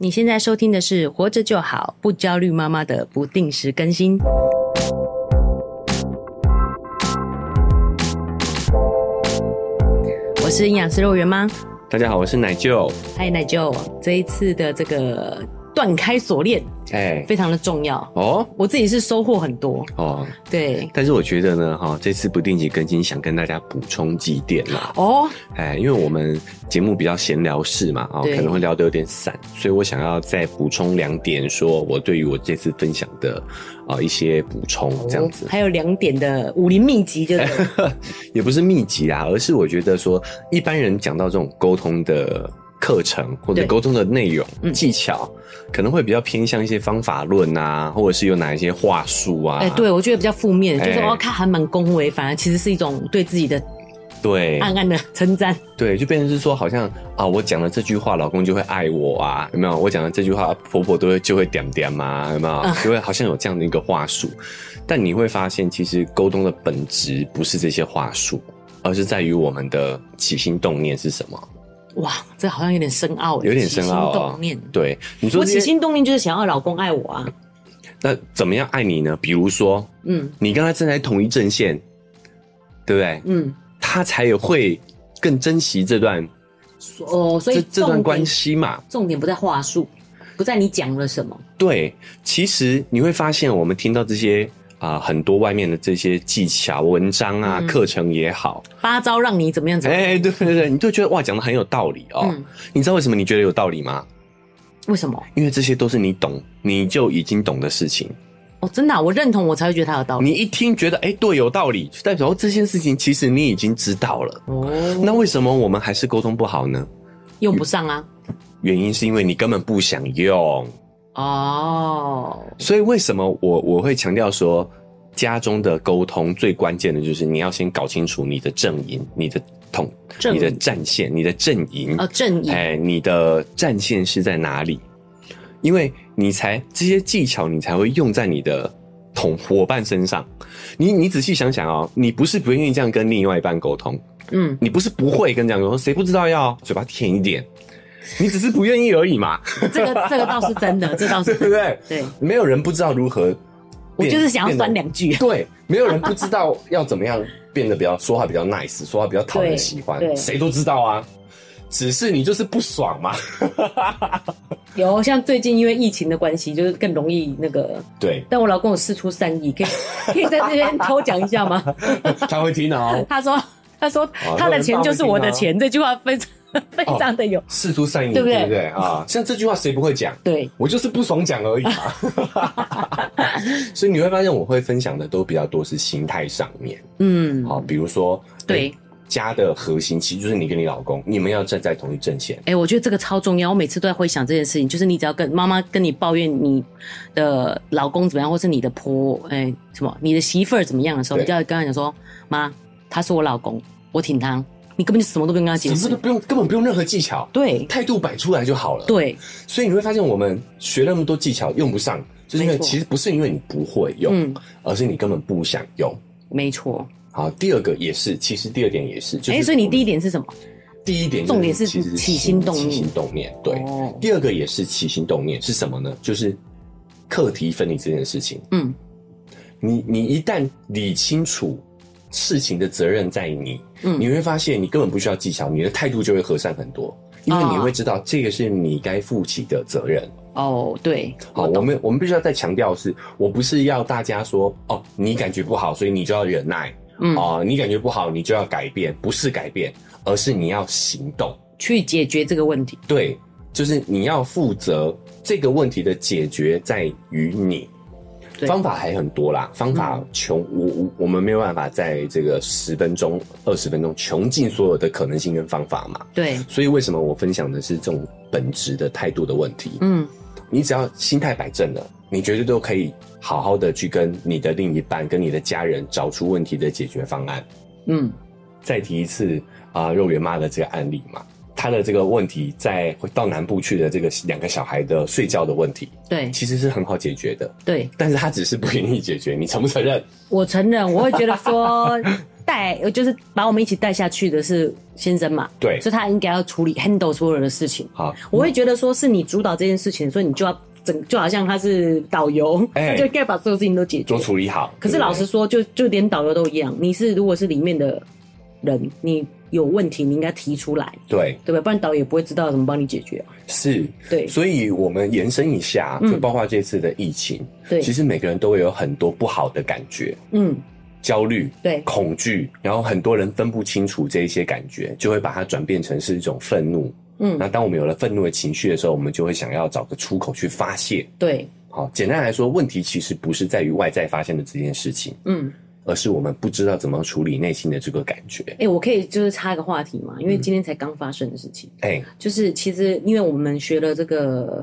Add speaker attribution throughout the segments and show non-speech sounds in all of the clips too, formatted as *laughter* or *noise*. Speaker 1: 你现在收听的是《活着就好，不焦虑妈妈》的不定时更新。我是营养师肉圆妈，
Speaker 2: 大家好，我是奶舅。
Speaker 1: 嗨，奶舅，这一次的这个断开锁链
Speaker 2: 哎、
Speaker 1: 非常的重要，
Speaker 2: 哦
Speaker 1: 我自己是收获很多。
Speaker 2: 哦，
Speaker 1: 对，
Speaker 2: 但是我觉得呢，哈、这次不定期更新，想跟大家补充几点啦。
Speaker 1: 哦，
Speaker 2: 哎，因为我们节目比较闲聊式嘛，哦，
Speaker 1: 对
Speaker 2: 可能会聊得有点散，所以我想要再补充两点，说我对于我这次分享的啊、呃一些补充，这样子。
Speaker 1: 还有两点的武林秘籍，就是
Speaker 2: *laughs* 也不是秘籍啊，而是我觉得说，一般人讲到这种沟通的课程或者
Speaker 1: 对
Speaker 2: 沟通的内容、
Speaker 1: 嗯
Speaker 2: 技巧，可能会比较偏向一些方法论啊，或者是有哪一些话术啊。
Speaker 1: 哎、对我觉得比较负面，就是
Speaker 2: 哎
Speaker 1: 哦，他还蛮恭维，反而其实是一种对自己的
Speaker 2: 对
Speaker 1: 暗暗的称赞。
Speaker 2: 对，就变成是说，好像啊，我讲了这句话，老公就会爱我啊，有没有？我讲了这句话，婆婆都会就会点点嘛，有没有
Speaker 1: 嗯？
Speaker 2: 就会好像有这样的一个话术，但你会发现，其实沟通的本质不是这些话术，而是在于我们的起心动念是什么。
Speaker 1: 哇，这好像有点深奥，欸
Speaker 2: 有点深奥
Speaker 1: 起心
Speaker 2: 啊、
Speaker 1: 动念。
Speaker 2: 对，你说
Speaker 1: 我
Speaker 2: 这
Speaker 1: 起
Speaker 2: 些
Speaker 1: 心动念就是想要老公爱我啊，
Speaker 2: 那怎么样爱你呢？比如说，
Speaker 1: 嗯
Speaker 2: 你跟他站在同一阵线，对不对？
Speaker 1: 嗯，
Speaker 2: 他才也会更珍惜这段
Speaker 1: 所哦，所以
Speaker 2: 这这段
Speaker 1: 重
Speaker 2: 关
Speaker 1: 点
Speaker 2: 系嘛。
Speaker 1: 重点不在话术，不在你讲了什么，
Speaker 2: 对，其实你会发现，我们听到这些啊、很多外面的这些技巧、文章啊、
Speaker 1: 嗯
Speaker 2: 课程
Speaker 1: *laughs*
Speaker 2: 也好，
Speaker 1: 八招让你怎么样怎么样。
Speaker 2: 哎、对对对，你就觉得哇，讲的很有道理哦。
Speaker 1: 嗯，
Speaker 2: 你知道为什么你觉得有道理吗？
Speaker 1: 为什么？
Speaker 2: 因为这些都是你懂，你就已经懂的事情。
Speaker 1: 哦，真的啊、我认同，我才会觉得他有道理。
Speaker 2: 你一听觉得哎、对，有道理，就代表这件事情其实你已经知道了。
Speaker 1: 哦，
Speaker 2: 那为什么我们还是沟通不好呢？
Speaker 1: 用不上啊。
Speaker 2: 原因是因为你根本不想用。
Speaker 1: 哦，
Speaker 2: 所以为什么我我会强调说，家中的沟通最关键的就是你要先搞清楚你的阵营、你的统、
Speaker 1: 阵
Speaker 2: 你的
Speaker 1: 营
Speaker 2: 战线、你的阵营，
Speaker 1: 呃，正义，
Speaker 2: 哎，你的战线是在哪里？因为你才这些技巧，你才会用在你的同伙伴身上。你你仔细想想哦，你不是不愿意这样跟另外一半沟通，
Speaker 1: 嗯，
Speaker 2: 你不是不会跟这样沟通，谁不知道要嘴巴甜一点？你只是不愿意而已嘛， *laughs*
Speaker 1: 这个这个倒是真的，这倒
Speaker 2: 对
Speaker 1: 是
Speaker 2: 不
Speaker 1: 真的。
Speaker 2: 对？
Speaker 1: 对，
Speaker 2: 没有人不知道如何变，
Speaker 1: 我就是想要酸
Speaker 2: 变
Speaker 1: 两句
Speaker 2: 得。。 *laughs* 对，没有人不知道要怎么样变得比较说话比较 nice，说话比较讨人喜欢
Speaker 1: 对，对
Speaker 2: 谁都知道啊。只是你就是不爽
Speaker 1: *laughs*
Speaker 2: 嘛，
Speaker 1: 有像最近因为疫情的关系，就是更容易那个。
Speaker 2: 对，
Speaker 1: 但我老公有事出善意，可以可以在这边偷讲一下吗？
Speaker 2: 他会听哦。
Speaker 1: 他说 *laughs* 他说他的钱就是我的钱，这句话非常非常的有、
Speaker 2: 事出善意，
Speaker 1: 对
Speaker 2: 对
Speaker 1: 不
Speaker 2: 不
Speaker 1: 对
Speaker 2: 对？啊，像这句话谁不会讲？
Speaker 1: 对。
Speaker 2: 我就是不爽
Speaker 1: *laughs*
Speaker 2: 讲而已嘛。所以你会发现，我会分享的都比较多是心态上面，
Speaker 1: 嗯，
Speaker 2: 好，比如说
Speaker 1: 对
Speaker 2: 哎家的核心其实就是你跟你老公，你们要站在同一阵线。
Speaker 1: 哎、我觉得这个超重要。我每次都在回想这件事情，就是你只要跟妈妈跟你抱怨你的老公怎么样，或是你的婆哎、什么，你的媳妇儿怎么样的时候，
Speaker 2: 对
Speaker 1: 你就要跟她讲说：“妈，他是我老公，我挺他。”你根本就什么都不用跟他解
Speaker 2: 你这
Speaker 1: 释
Speaker 2: 个。不用，根本不用任何技巧，
Speaker 1: 对
Speaker 2: 态度摆出来就好了。，
Speaker 1: 对，
Speaker 2: 所以你会发现我们学那么多技巧用不上，就是因为
Speaker 1: 没错
Speaker 2: 其实不是因为你不会用，
Speaker 1: 嗯，
Speaker 2: 而是你根本不想用。
Speaker 1: 没错。
Speaker 2: 好，第二个也是，其实第二点也是，就是
Speaker 1: 哎、所以你
Speaker 2: 我们
Speaker 1: 第一点是什么？
Speaker 2: 第一点就
Speaker 1: 重点是
Speaker 2: 其实
Speaker 1: 起心动念
Speaker 2: 起心动念对。
Speaker 1: 哦
Speaker 2: 第二个也是起心动念是什么呢？就是课题分离这件事情。
Speaker 1: 嗯，
Speaker 2: 你你一旦理清楚事情的责任在你，
Speaker 1: 嗯
Speaker 2: 你会发现你根本不需要技巧，你的态度就会和善很多，因为
Speaker 1: 哦
Speaker 2: 你会知道这个是你该负起的责任。
Speaker 1: 哦，对，
Speaker 2: 好，我们我们必须要再强调的是，我不是要大家说哦，你感觉不好，所以你就要忍耐
Speaker 1: 嗯，
Speaker 2: 哦，你感觉不好，你就要改变，不是改变，而是你要行动。
Speaker 1: 去解决这个问题。
Speaker 2: 对，就是你要负责这个问题的解决在于你。
Speaker 1: 对
Speaker 2: 方法还很多啦，方法穷，我我我们没有办法在这个十分钟、二十分钟穷尽所有的可能性跟方法嘛。
Speaker 1: 对，
Speaker 2: 所以为什么我分享的是这种本质的态度的问题？
Speaker 1: 嗯，
Speaker 2: 你只要心态摆正了，你绝对都可以好好的去跟你的另一半、跟你的家人找出问题的解决方案。
Speaker 1: 嗯，
Speaker 2: 再提一次啊、肉圆妈的这个案例嘛，她的这个问题在回到南部去的这个两个小孩的睡觉的问题，
Speaker 1: 对，
Speaker 2: 其实是很好解决的，
Speaker 1: 对，
Speaker 2: 但是她只是不愿意解决，你承不承认？ *laughs*
Speaker 1: 我承认，我会觉得说，带，就是把我们一起带下去的是先生嘛， *laughs*
Speaker 2: 对
Speaker 1: 所以他应该要处理 handle 所有的事情。
Speaker 2: 好，
Speaker 1: 我会觉得说是你主导这件事情，所以你就要整，就好像他是导游，
Speaker 2: 哎
Speaker 1: 他就应该把所有事情都解决
Speaker 2: 都。处理好。
Speaker 1: 可是
Speaker 2: 对不对
Speaker 1: 老实说，就就连导游都一样，你是如果是里面的人，你有问题，你应该提出来，
Speaker 2: 对
Speaker 1: 对吧？不然导游也不会知道怎么帮你解决、啊。
Speaker 2: 是，
Speaker 1: 对
Speaker 2: 所以我们延伸一下，
Speaker 1: 嗯
Speaker 2: 就包括这次的疫情，
Speaker 1: 对
Speaker 2: 其实每个人都会有很多不好的感觉，
Speaker 1: 嗯，
Speaker 2: 焦虑。
Speaker 1: 对，
Speaker 2: 恐惧，然后很多人分不清楚这一些感觉，就会把它转变成是一种愤怒。
Speaker 1: 嗯，
Speaker 2: 那当我们有了愤怒的情绪的时候，我们就会想要找个出口去发泄。
Speaker 1: 对，
Speaker 2: 好，简单来说，问题其实不是在于外在发现的这件事情，
Speaker 1: 嗯。
Speaker 2: 而是我们不知道怎么处理内心的这个感觉。
Speaker 1: 哎、我可以就是插个话题嘛，因为
Speaker 2: 嗯
Speaker 1: 今天才刚发生的事情，
Speaker 2: 哎、
Speaker 1: 就是其实因为我们学了这个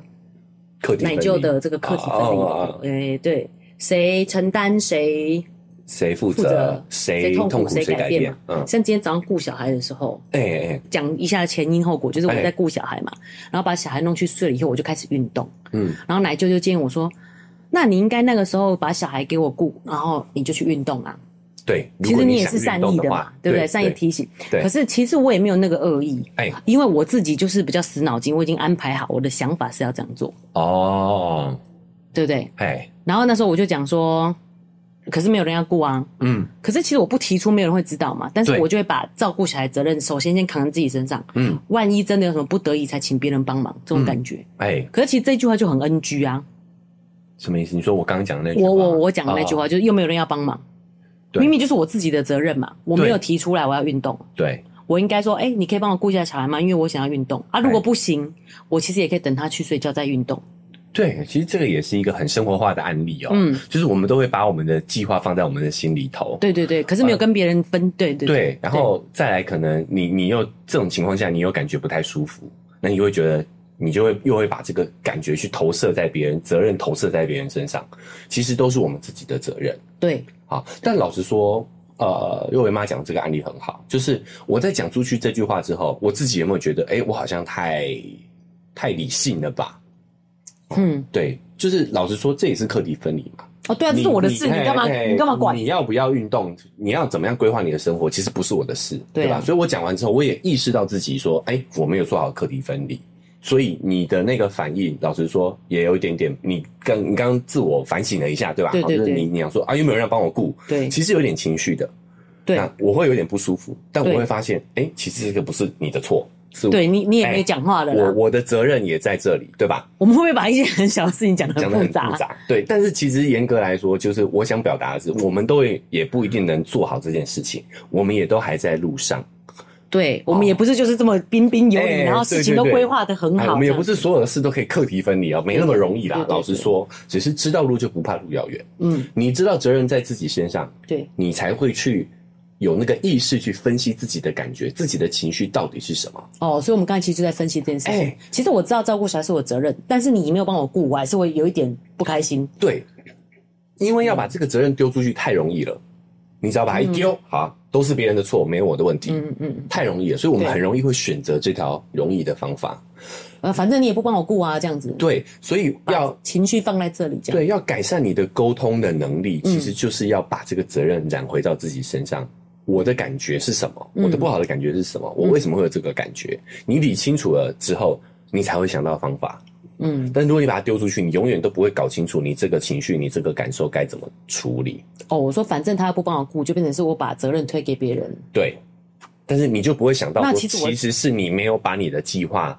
Speaker 2: 课题分
Speaker 1: 奶
Speaker 2: 离
Speaker 1: 舅的这个课题分离，哎、
Speaker 2: 哦哦哦
Speaker 1: 对，谁承担谁
Speaker 2: 谁负
Speaker 1: 负
Speaker 2: 责
Speaker 1: 责，，
Speaker 2: 谁
Speaker 1: 痛
Speaker 2: 痛苦
Speaker 1: 谁
Speaker 2: 谁改变
Speaker 1: 嘛。。
Speaker 2: 嗯，
Speaker 1: 像今天早上顾小孩的时候，
Speaker 2: 哎哎，
Speaker 1: 讲一下前因后果，就是我
Speaker 2: 哎
Speaker 1: 在顾小孩嘛，然后把小孩弄去睡了以后，我就开始运动，
Speaker 2: 嗯，
Speaker 1: 然后奶舅就建议我说。那你应该那个时候把小孩给我顾，然后你就去运动啊。
Speaker 2: 对。如
Speaker 1: 其
Speaker 2: 果
Speaker 1: 实你也
Speaker 2: 想
Speaker 1: 是善
Speaker 2: 运动
Speaker 1: 意
Speaker 2: 的
Speaker 1: 嘛
Speaker 2: 话，，
Speaker 1: 对不对？善意提醒。
Speaker 2: 对
Speaker 1: 可是其实我也没有那个恶意，
Speaker 2: 哎
Speaker 1: 因为我自己就是比较死脑筋，我已经安排好我的想法是要这样做，
Speaker 2: 哦，
Speaker 1: 对不对？
Speaker 2: 哎，
Speaker 1: 然后那时候我就讲说，可是没有人要顾啊。
Speaker 2: 嗯
Speaker 1: 可是其实我不提出，没有人会知道嘛。但是
Speaker 2: 对
Speaker 1: 我就会把照顾小孩责任首先先扛在自己身上，
Speaker 2: 嗯，
Speaker 1: 万一真的有什么不得已才请别人帮忙，这种感觉。
Speaker 2: 哎，
Speaker 1: 可是其实这句话就很 NG 啊！
Speaker 2: 什么意思？你说我刚刚讲的那句话，
Speaker 1: 我我我讲的那句
Speaker 2: 哦，
Speaker 1: 话就是又没有人要帮忙，
Speaker 2: 对
Speaker 1: 明明就是我自己的责任嘛，我没有
Speaker 2: 对
Speaker 1: 提出来我要运动。
Speaker 2: 哦对，
Speaker 1: 我应该说，哎、你可以帮我顾一下小孩吗？因为我想要运动啊。如果不行，我其实也可以等他去睡觉再运动。
Speaker 2: 对，其实这个也是一个很生活化的案例哦。
Speaker 1: 嗯，
Speaker 2: 就是我们都会把我们的计划放在我们的心里头。
Speaker 1: 对对对，可是
Speaker 2: 哎
Speaker 1: 没有跟别人分。对对
Speaker 2: 对，然后再来，可能你你又这种情况下，你又感觉不太舒服，那你会觉得你就会又会把这个感觉去投射在别人，责任投射在别人身上，其实都是我们自己的责任。
Speaker 1: 对
Speaker 2: 好，但老实说，呃，肉维妈讲这个案例很好，就是我在讲出去这句话之后，我自己有没有觉得，哎、我好像太太理性了吧？
Speaker 1: 嗯，
Speaker 2: 对，就是老实说，这也是课题分离嘛。
Speaker 1: 哦，对啊，这是我的事，你干嘛
Speaker 2: 哎
Speaker 1: 你干嘛管？
Speaker 2: 你要不要运动？你要怎么样规划你的生活？其实不是我的事，
Speaker 1: 对啊
Speaker 2: 对吧？所以我讲完之后，我也意识到自己说，哎，我没有做好课题分离。所以你的那个反应，老实说，也有一点点，你刚你刚刚自我反省了一下，对吧？
Speaker 1: 对对
Speaker 2: 就是
Speaker 1: 对
Speaker 2: 你你想说啊，有没有人要帮我顾？
Speaker 1: 对
Speaker 2: 其实有点情绪的，
Speaker 1: 对
Speaker 2: 那我会有点不舒服，但我
Speaker 1: 对
Speaker 2: 会发现，哎，其实这个不是你的错，是
Speaker 1: 对你你也没
Speaker 2: 哎
Speaker 1: 讲话了啦。
Speaker 2: 我我的责任也在这里，对吧？
Speaker 1: 我们会不会把一些很小的事情讲得
Speaker 2: 讲
Speaker 1: 很
Speaker 2: 的
Speaker 1: 复
Speaker 2: 很
Speaker 1: 杂？
Speaker 2: 复杂，对。但是其实严格来说，就是我想表达的是，我们都也也不一定能做好这件事情，我们也都还在路上。
Speaker 1: 对我们也不是就是这么彬彬有礼，
Speaker 2: 哦哎
Speaker 1: 然后事情都
Speaker 2: 对对对
Speaker 1: 规划的很
Speaker 2: 哎
Speaker 1: 好。
Speaker 2: 我们也
Speaker 1: 这样
Speaker 2: 不是所有的事都可以课题分离啊，没那么容易啦
Speaker 1: 对对。对
Speaker 2: 老实说，只是知道路就不怕路遥远。
Speaker 1: 嗯，
Speaker 2: 你知道责任在自己身上，
Speaker 1: 对
Speaker 2: 你才会去有那个意识去分析自己的感觉、自己的情绪到底是什么。
Speaker 1: 哦，所以我们刚才其实就在分析这件事情。
Speaker 2: 哎
Speaker 1: 其实我知道照顾小孩是我责任，但是你没有帮我顾，我还是会有一点不开心。
Speaker 2: 对，因
Speaker 1: 嗯
Speaker 2: 为要把这个责任丢出去太容易了，你只要把它一丢，好，都是别人的错，没有我的问题。
Speaker 1: 嗯嗯，嗯
Speaker 2: 太容易了，所以我们
Speaker 1: 对
Speaker 2: 很容易会选择这条容易的方法。
Speaker 1: 呃，反正你也不帮我顾啊，这样子。
Speaker 2: 对，所以要
Speaker 1: 把情绪放在这里，这样
Speaker 2: 对要改善你的沟通的能力，
Speaker 1: 嗯
Speaker 2: 其实就是要把这个责任染回到自己身上。我的感觉是什么？
Speaker 1: 嗯
Speaker 2: 我的不好的感觉是什么？我为什么会有这个感觉？你理清楚了之后，你才会想到方法。
Speaker 1: 嗯，
Speaker 2: 但如果你把它丢出去，你永远都不会搞清楚你这个情绪、你这个感受该怎么处理。
Speaker 1: 哦，我说反正他不帮我顾，就变成是我把责任推给别人。
Speaker 2: 对，但是你就不会想到
Speaker 1: 那
Speaker 2: 说，
Speaker 1: 其实我
Speaker 2: 其实是你没有把你的计划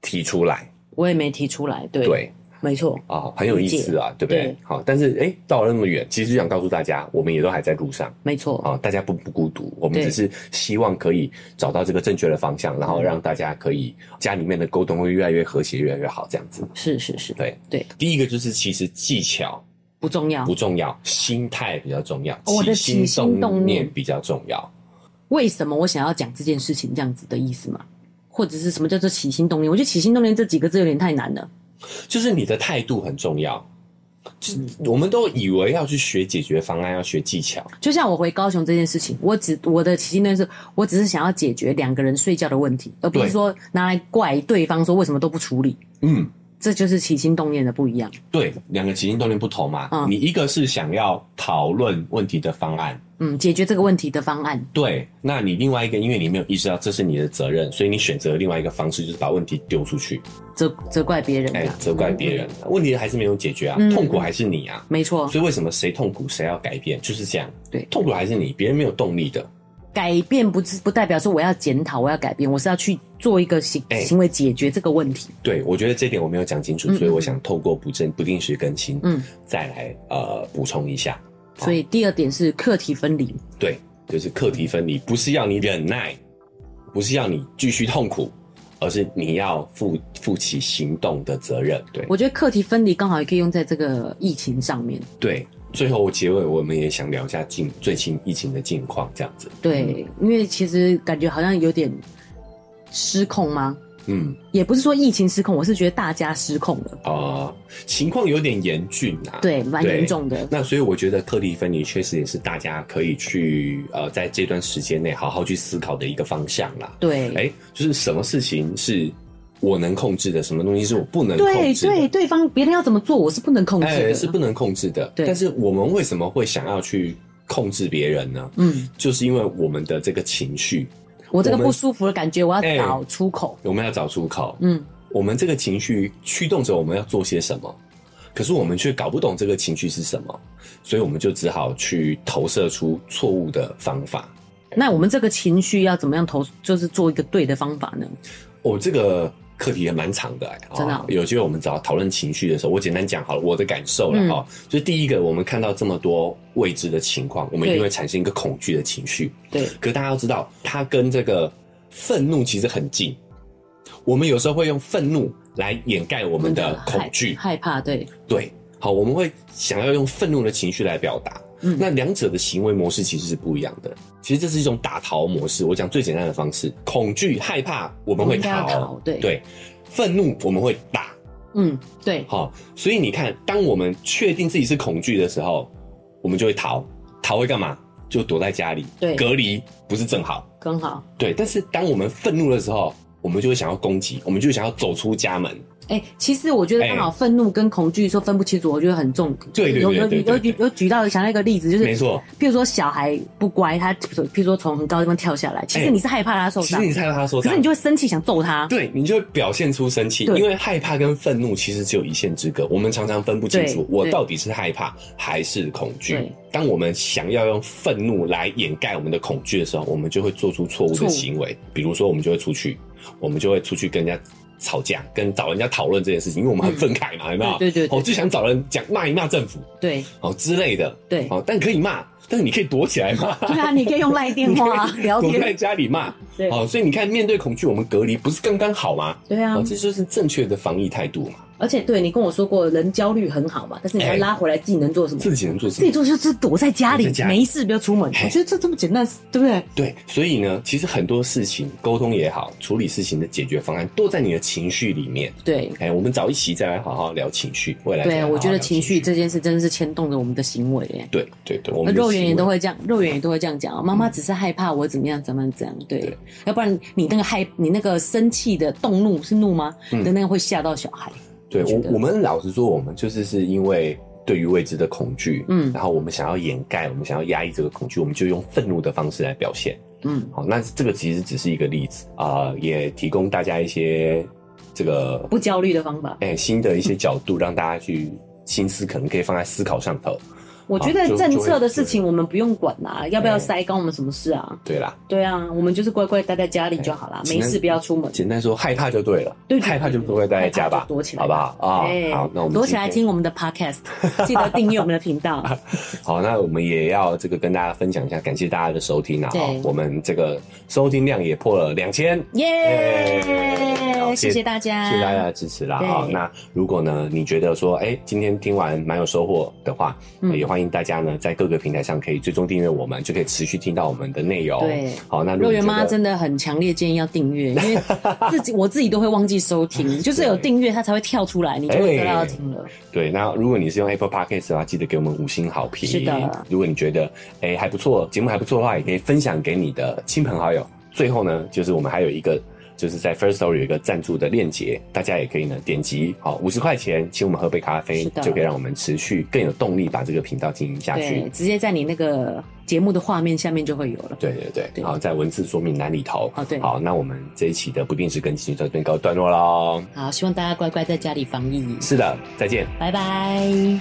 Speaker 2: 提出来。
Speaker 1: 我也没提出来，对，
Speaker 2: 对，
Speaker 1: 没错，
Speaker 2: 啊、很有意思啊，对不对？
Speaker 1: 对
Speaker 2: 好，但是哎，到了那么远，其实就想告诉大家，我们也都还在路上
Speaker 1: 没错，
Speaker 2: 啊、大家不不孤独，我们
Speaker 1: 对
Speaker 2: 只是希望可以找到这个正确的方向，然后让大家可以家里面的沟通会越来越和谐，越来越好，这样子。
Speaker 1: 是是是，
Speaker 2: 对
Speaker 1: 对，
Speaker 2: 第一个就是其实技巧
Speaker 1: 不重要
Speaker 2: 不。重要，心态比较重要，
Speaker 1: 哦我的
Speaker 2: 起
Speaker 1: 起心动念
Speaker 2: 念比较重要。
Speaker 1: 为什么我想要讲这件事情这样子的意思吗？或者是什么叫做起心动念？我觉得起心动念这几个字有点太难了。
Speaker 2: 就是你的态度很重要。就我们都以为要去学解决方案，要学技巧，
Speaker 1: 就像我回高雄这件事情，我只我的起心动念是我只是想要解决两个人睡觉的问题，而不是
Speaker 2: 对
Speaker 1: 说拿来怪对方说为什么都不处理。
Speaker 2: 嗯，
Speaker 1: 这就是起心动念的不一样。
Speaker 2: 对，两个起心动念不同嘛。
Speaker 1: 嗯
Speaker 2: 你一个是想要讨论问题的方案，
Speaker 1: 嗯，解决这个问题的方案，
Speaker 2: 对，那你另外一个，因为你没有意识到这是你的责任，所以你选择另外一个方式，就是把问题丢出去，
Speaker 1: 责责怪别人，
Speaker 2: 哎、责怪别人，问题还是没有解决啊，
Speaker 1: 嗯
Speaker 2: 痛苦还是你啊。
Speaker 1: 没错，
Speaker 2: 所以为什么谁痛苦谁要改变，就是这样。
Speaker 1: 对
Speaker 2: 痛苦还是你，别人没有动力的。
Speaker 1: 改变不是不代表说我要检讨，我要改变，我是要去做一个行
Speaker 2: 哎
Speaker 1: 行为解决这个问题。
Speaker 2: 对，我觉得这点我没有讲清楚，
Speaker 1: 嗯
Speaker 2: 所以我想透过不正不定时更新，
Speaker 1: 嗯，
Speaker 2: 再来呃补充一下。
Speaker 1: 所
Speaker 2: 哦
Speaker 1: 以第二点是课题分离，
Speaker 2: 对，就是课题分离，不是要你忍耐，不是要你继续痛苦，而是你要负负起行动的责任。对，
Speaker 1: 我觉得课题分离刚好也可以用在这个疫情上面。
Speaker 2: 对，最后结尾我们也想聊一下近最近疫情的近况，这样子。
Speaker 1: 对，
Speaker 2: 嗯
Speaker 1: 因为其实感觉好像有点失控吗？
Speaker 2: 嗯，
Speaker 1: 也不是说疫情失控，我是觉得大家失控了，
Speaker 2: 呃，情况有点严峻啊。。
Speaker 1: 对，蛮
Speaker 2: 对
Speaker 1: 严重的。
Speaker 2: 那所以我觉得课题分离确实也是大家可以去呃在这段时间内好好去思考的一个方向啦。
Speaker 1: 对，
Speaker 2: 哎、就是什么事情是我能控制的，什么东西是我不能控
Speaker 1: 对
Speaker 2: 制的。
Speaker 1: 对，对方别人要怎么做，我是不能控制
Speaker 2: 哎、
Speaker 1: 的，
Speaker 2: 是不能控制的。
Speaker 1: 对
Speaker 2: 但是我们为什么会想要去控制别人呢？
Speaker 1: 嗯，
Speaker 2: 就是因为我们的这个情绪，
Speaker 1: 我这个
Speaker 2: 我们
Speaker 1: 不舒服的感觉，我
Speaker 2: 哎
Speaker 1: 要找出口。
Speaker 2: 我们要找出口。
Speaker 1: 嗯，
Speaker 2: 我们这个情绪驱动着我们要做些什么，可是我们却搞不懂这个情绪是什么，所以我们就只好去投射出错误的方法。
Speaker 1: 那我们这个情绪要怎么样投，就是做一个对的方法呢？
Speaker 2: 哦，这个课题也蛮长的、哎
Speaker 1: 真的哦
Speaker 2: 有机会我们只要讨论情绪的时候，我简单讲好了我的感受
Speaker 1: 嗯
Speaker 2: 了哈、就第一个，我们看到这么多未知的情况，我们一定
Speaker 1: 对
Speaker 2: 会产生一个恐惧的情绪。
Speaker 1: 对，
Speaker 2: 可大家要知道，它跟这个愤怒其实很近。我们有时候会用愤怒来掩盖我
Speaker 1: 我
Speaker 2: 们的恐惧，
Speaker 1: 害怕，对，
Speaker 2: 对，好，我们会想要用愤怒的情绪来表达。
Speaker 1: 嗯
Speaker 2: 那两者的行为模式其实是不一样的。其实这是一种打逃模式。我讲最简单的方式：恐惧、害怕，我们会
Speaker 1: 应该要
Speaker 2: 逃；
Speaker 1: 逃，对，
Speaker 2: 对，愤怒我们会打。
Speaker 1: 嗯，对，
Speaker 2: 好、所以你看，当我们确定自己是恐惧的时候，我们就会逃。逃会干嘛？就躲在家里，
Speaker 1: 对
Speaker 2: 隔离不是正好？
Speaker 1: 刚好。
Speaker 2: 对。但是当我们愤怒的时候，我们就会想要攻击，我们就会想要走出家门。
Speaker 1: 哎、其实我觉得刚好愤怒跟恐惧说分不清楚，我觉得很重。
Speaker 2: 对对对
Speaker 1: 有有
Speaker 2: 对对
Speaker 1: 有
Speaker 2: 对
Speaker 1: 有有举到想到一个例子，就是
Speaker 2: 没错，
Speaker 1: 譬如说小孩不乖，他譬如说从很高的地方跳下来，其
Speaker 2: 哎
Speaker 1: 实你是害怕他受
Speaker 2: 其
Speaker 1: 伤，
Speaker 2: 实你猜到他说
Speaker 1: 可
Speaker 2: 啥
Speaker 1: 是你？就会生气想揍他。
Speaker 2: 对你就会表现出生气，
Speaker 1: 对
Speaker 2: 因为害怕跟愤怒其实只有一线之隔。我们常常分不清楚
Speaker 1: 对，
Speaker 2: 我
Speaker 1: 对
Speaker 2: 到底是害怕还是恐惧
Speaker 1: 对。
Speaker 2: 当我们想要用愤怒来掩盖我们的恐惧的时候，我们就会做出错误
Speaker 1: 错
Speaker 2: 的
Speaker 1: 误
Speaker 2: 行为，比如说我们就会出去，我们就会出去跟人家。吵架跟找人家讨论这件事情，因为我们很愤慨嘛，有没有？
Speaker 1: 嗯对对对对
Speaker 2: 我就想找人讲骂一骂政府
Speaker 1: 对
Speaker 2: 哦之类的，
Speaker 1: 对，
Speaker 2: 哦，但可以骂，但是你可以躲起来骂，
Speaker 1: 对啊，你可以用赖 *laughs* 电话
Speaker 2: *laughs*
Speaker 1: 啊聊
Speaker 2: 躲在
Speaker 1: 天。
Speaker 2: 家里骂，
Speaker 1: 对
Speaker 2: 哦，所以你看，面对恐惧，我们隔离不是刚刚好吗？
Speaker 1: 对啊
Speaker 2: 啊，，这就是正确的防疫态度嘛。
Speaker 1: 而且对你跟我说过，人焦虑很好嘛，但是你要
Speaker 2: 哎
Speaker 1: 拉回来，自己能做什么？
Speaker 2: 自己能做什
Speaker 1: 自己
Speaker 2: 么？
Speaker 1: 做就是躲在家里
Speaker 2: 躲在，家里
Speaker 1: 没事不要出门。
Speaker 2: 嘿
Speaker 1: 我觉得这这么简单，对不对？
Speaker 2: 对，所以呢，其实很多事情沟通也好，处理事情的解决方案都在你的情绪里面。
Speaker 1: 对。
Speaker 2: 哎，我们早一期再来好好聊情绪，未来再来
Speaker 1: 对，
Speaker 2: 啊
Speaker 1: 啊
Speaker 2: 好好
Speaker 1: 我觉得
Speaker 2: 聊
Speaker 1: 情
Speaker 2: 情
Speaker 1: 绪这件事真的是牵动着我们的行为耶。
Speaker 2: 对对对，我
Speaker 1: 那
Speaker 2: 们的
Speaker 1: 肉圆也
Speaker 2: 行为
Speaker 1: 都会这样，肉圆也都会这样讲啊。妈妈只是害怕我怎么样，怎么样，怎么样。对
Speaker 2: 对，
Speaker 1: 要不然你那个害，你那个生气的动怒是怒吗？
Speaker 2: 嗯
Speaker 1: 的那个会吓到小孩。
Speaker 2: 对
Speaker 1: 觉
Speaker 2: 我
Speaker 1: 得
Speaker 2: 我们老实说，我们就是是因为。对于未知的恐惧，
Speaker 1: 嗯
Speaker 2: 然后我们想要掩盖，我们想要压抑这个恐惧，我们就用愤怒的方式来表现。
Speaker 1: 嗯，
Speaker 2: 好，那这个其实只是一个例子啊、也提供大家一些这个
Speaker 1: 不焦虑的方法，
Speaker 2: 哎、新的一些角
Speaker 1: *laughs*
Speaker 2: 度，让大家去心思，可能可以放在思考上头。
Speaker 1: 我觉
Speaker 2: 啊就
Speaker 1: 得政策的
Speaker 2: 就会
Speaker 1: 事情我们不用管啦，要不要
Speaker 2: 哎
Speaker 1: 塞关我们什么事啊？
Speaker 2: 对啦，
Speaker 1: 对啊，我们就是乖乖待在家里就好啦，
Speaker 2: 哎
Speaker 1: 没事不要出门。
Speaker 2: 简单说，害怕就对了，
Speaker 1: 对对对
Speaker 2: 害怕就乖乖待在家
Speaker 1: 害怕
Speaker 2: 吧，
Speaker 1: 就躲起来
Speaker 2: 好不好啊、
Speaker 1: 哎
Speaker 2: 好，那我们
Speaker 1: 躲起来
Speaker 2: 今天。
Speaker 1: 听我们的 podcast，记得订阅我们的频道。
Speaker 2: 好，那我们也要这个跟大家分享一下，感谢大家的收听啊！
Speaker 1: 对
Speaker 2: 哦我们这个收听量也破了两千，
Speaker 1: 耶
Speaker 2: 哎好！
Speaker 1: 谢
Speaker 2: 谢
Speaker 1: 谢大家，
Speaker 2: 谢谢大家的支持啦！
Speaker 1: 啊对
Speaker 2: 啊、那如果呢，你觉得说，哎、今天听完蛮有收获的话，
Speaker 1: 嗯
Speaker 2: 也欢迎大家呢在各个平台上可以追踪订阅我们，就可以持续听到我们的内容。
Speaker 1: 对
Speaker 2: 好，那如果
Speaker 1: 肉
Speaker 2: 你
Speaker 1: 圆
Speaker 2: 觉
Speaker 1: 妈
Speaker 2: 得
Speaker 1: 真的很强烈建议要订
Speaker 2: *laughs*
Speaker 1: 阅，因为自己我自己都会忘记收听，就是有订阅它才会跳出来，你就会知道要听了。
Speaker 2: 对，那如果你是用 Apple Podcast 的话，记得给我们五星好评。
Speaker 1: 是的
Speaker 2: 如果你觉得哎、还不错，节目还不错的话，也可以分享给你的亲朋好友。最后呢，就是我们还有一个就是在 First Story 有一个赞助的链接，大家也可以呢点击，好五十块钱请我们喝杯咖啡
Speaker 1: 是，的
Speaker 2: 就可以让我们持续更有动力把这个频道经营下去
Speaker 1: 对，。直接在你那个节目的画面下面就会有了。
Speaker 2: 对对对，
Speaker 1: 对
Speaker 2: 好，在文字说明栏里头。
Speaker 1: 哦对
Speaker 2: 好，那我们这一期的不定时更新就到这边告一段落喽。
Speaker 1: 好，希望大家乖乖在家里防疫，
Speaker 2: 是的，再见。
Speaker 1: 拜拜。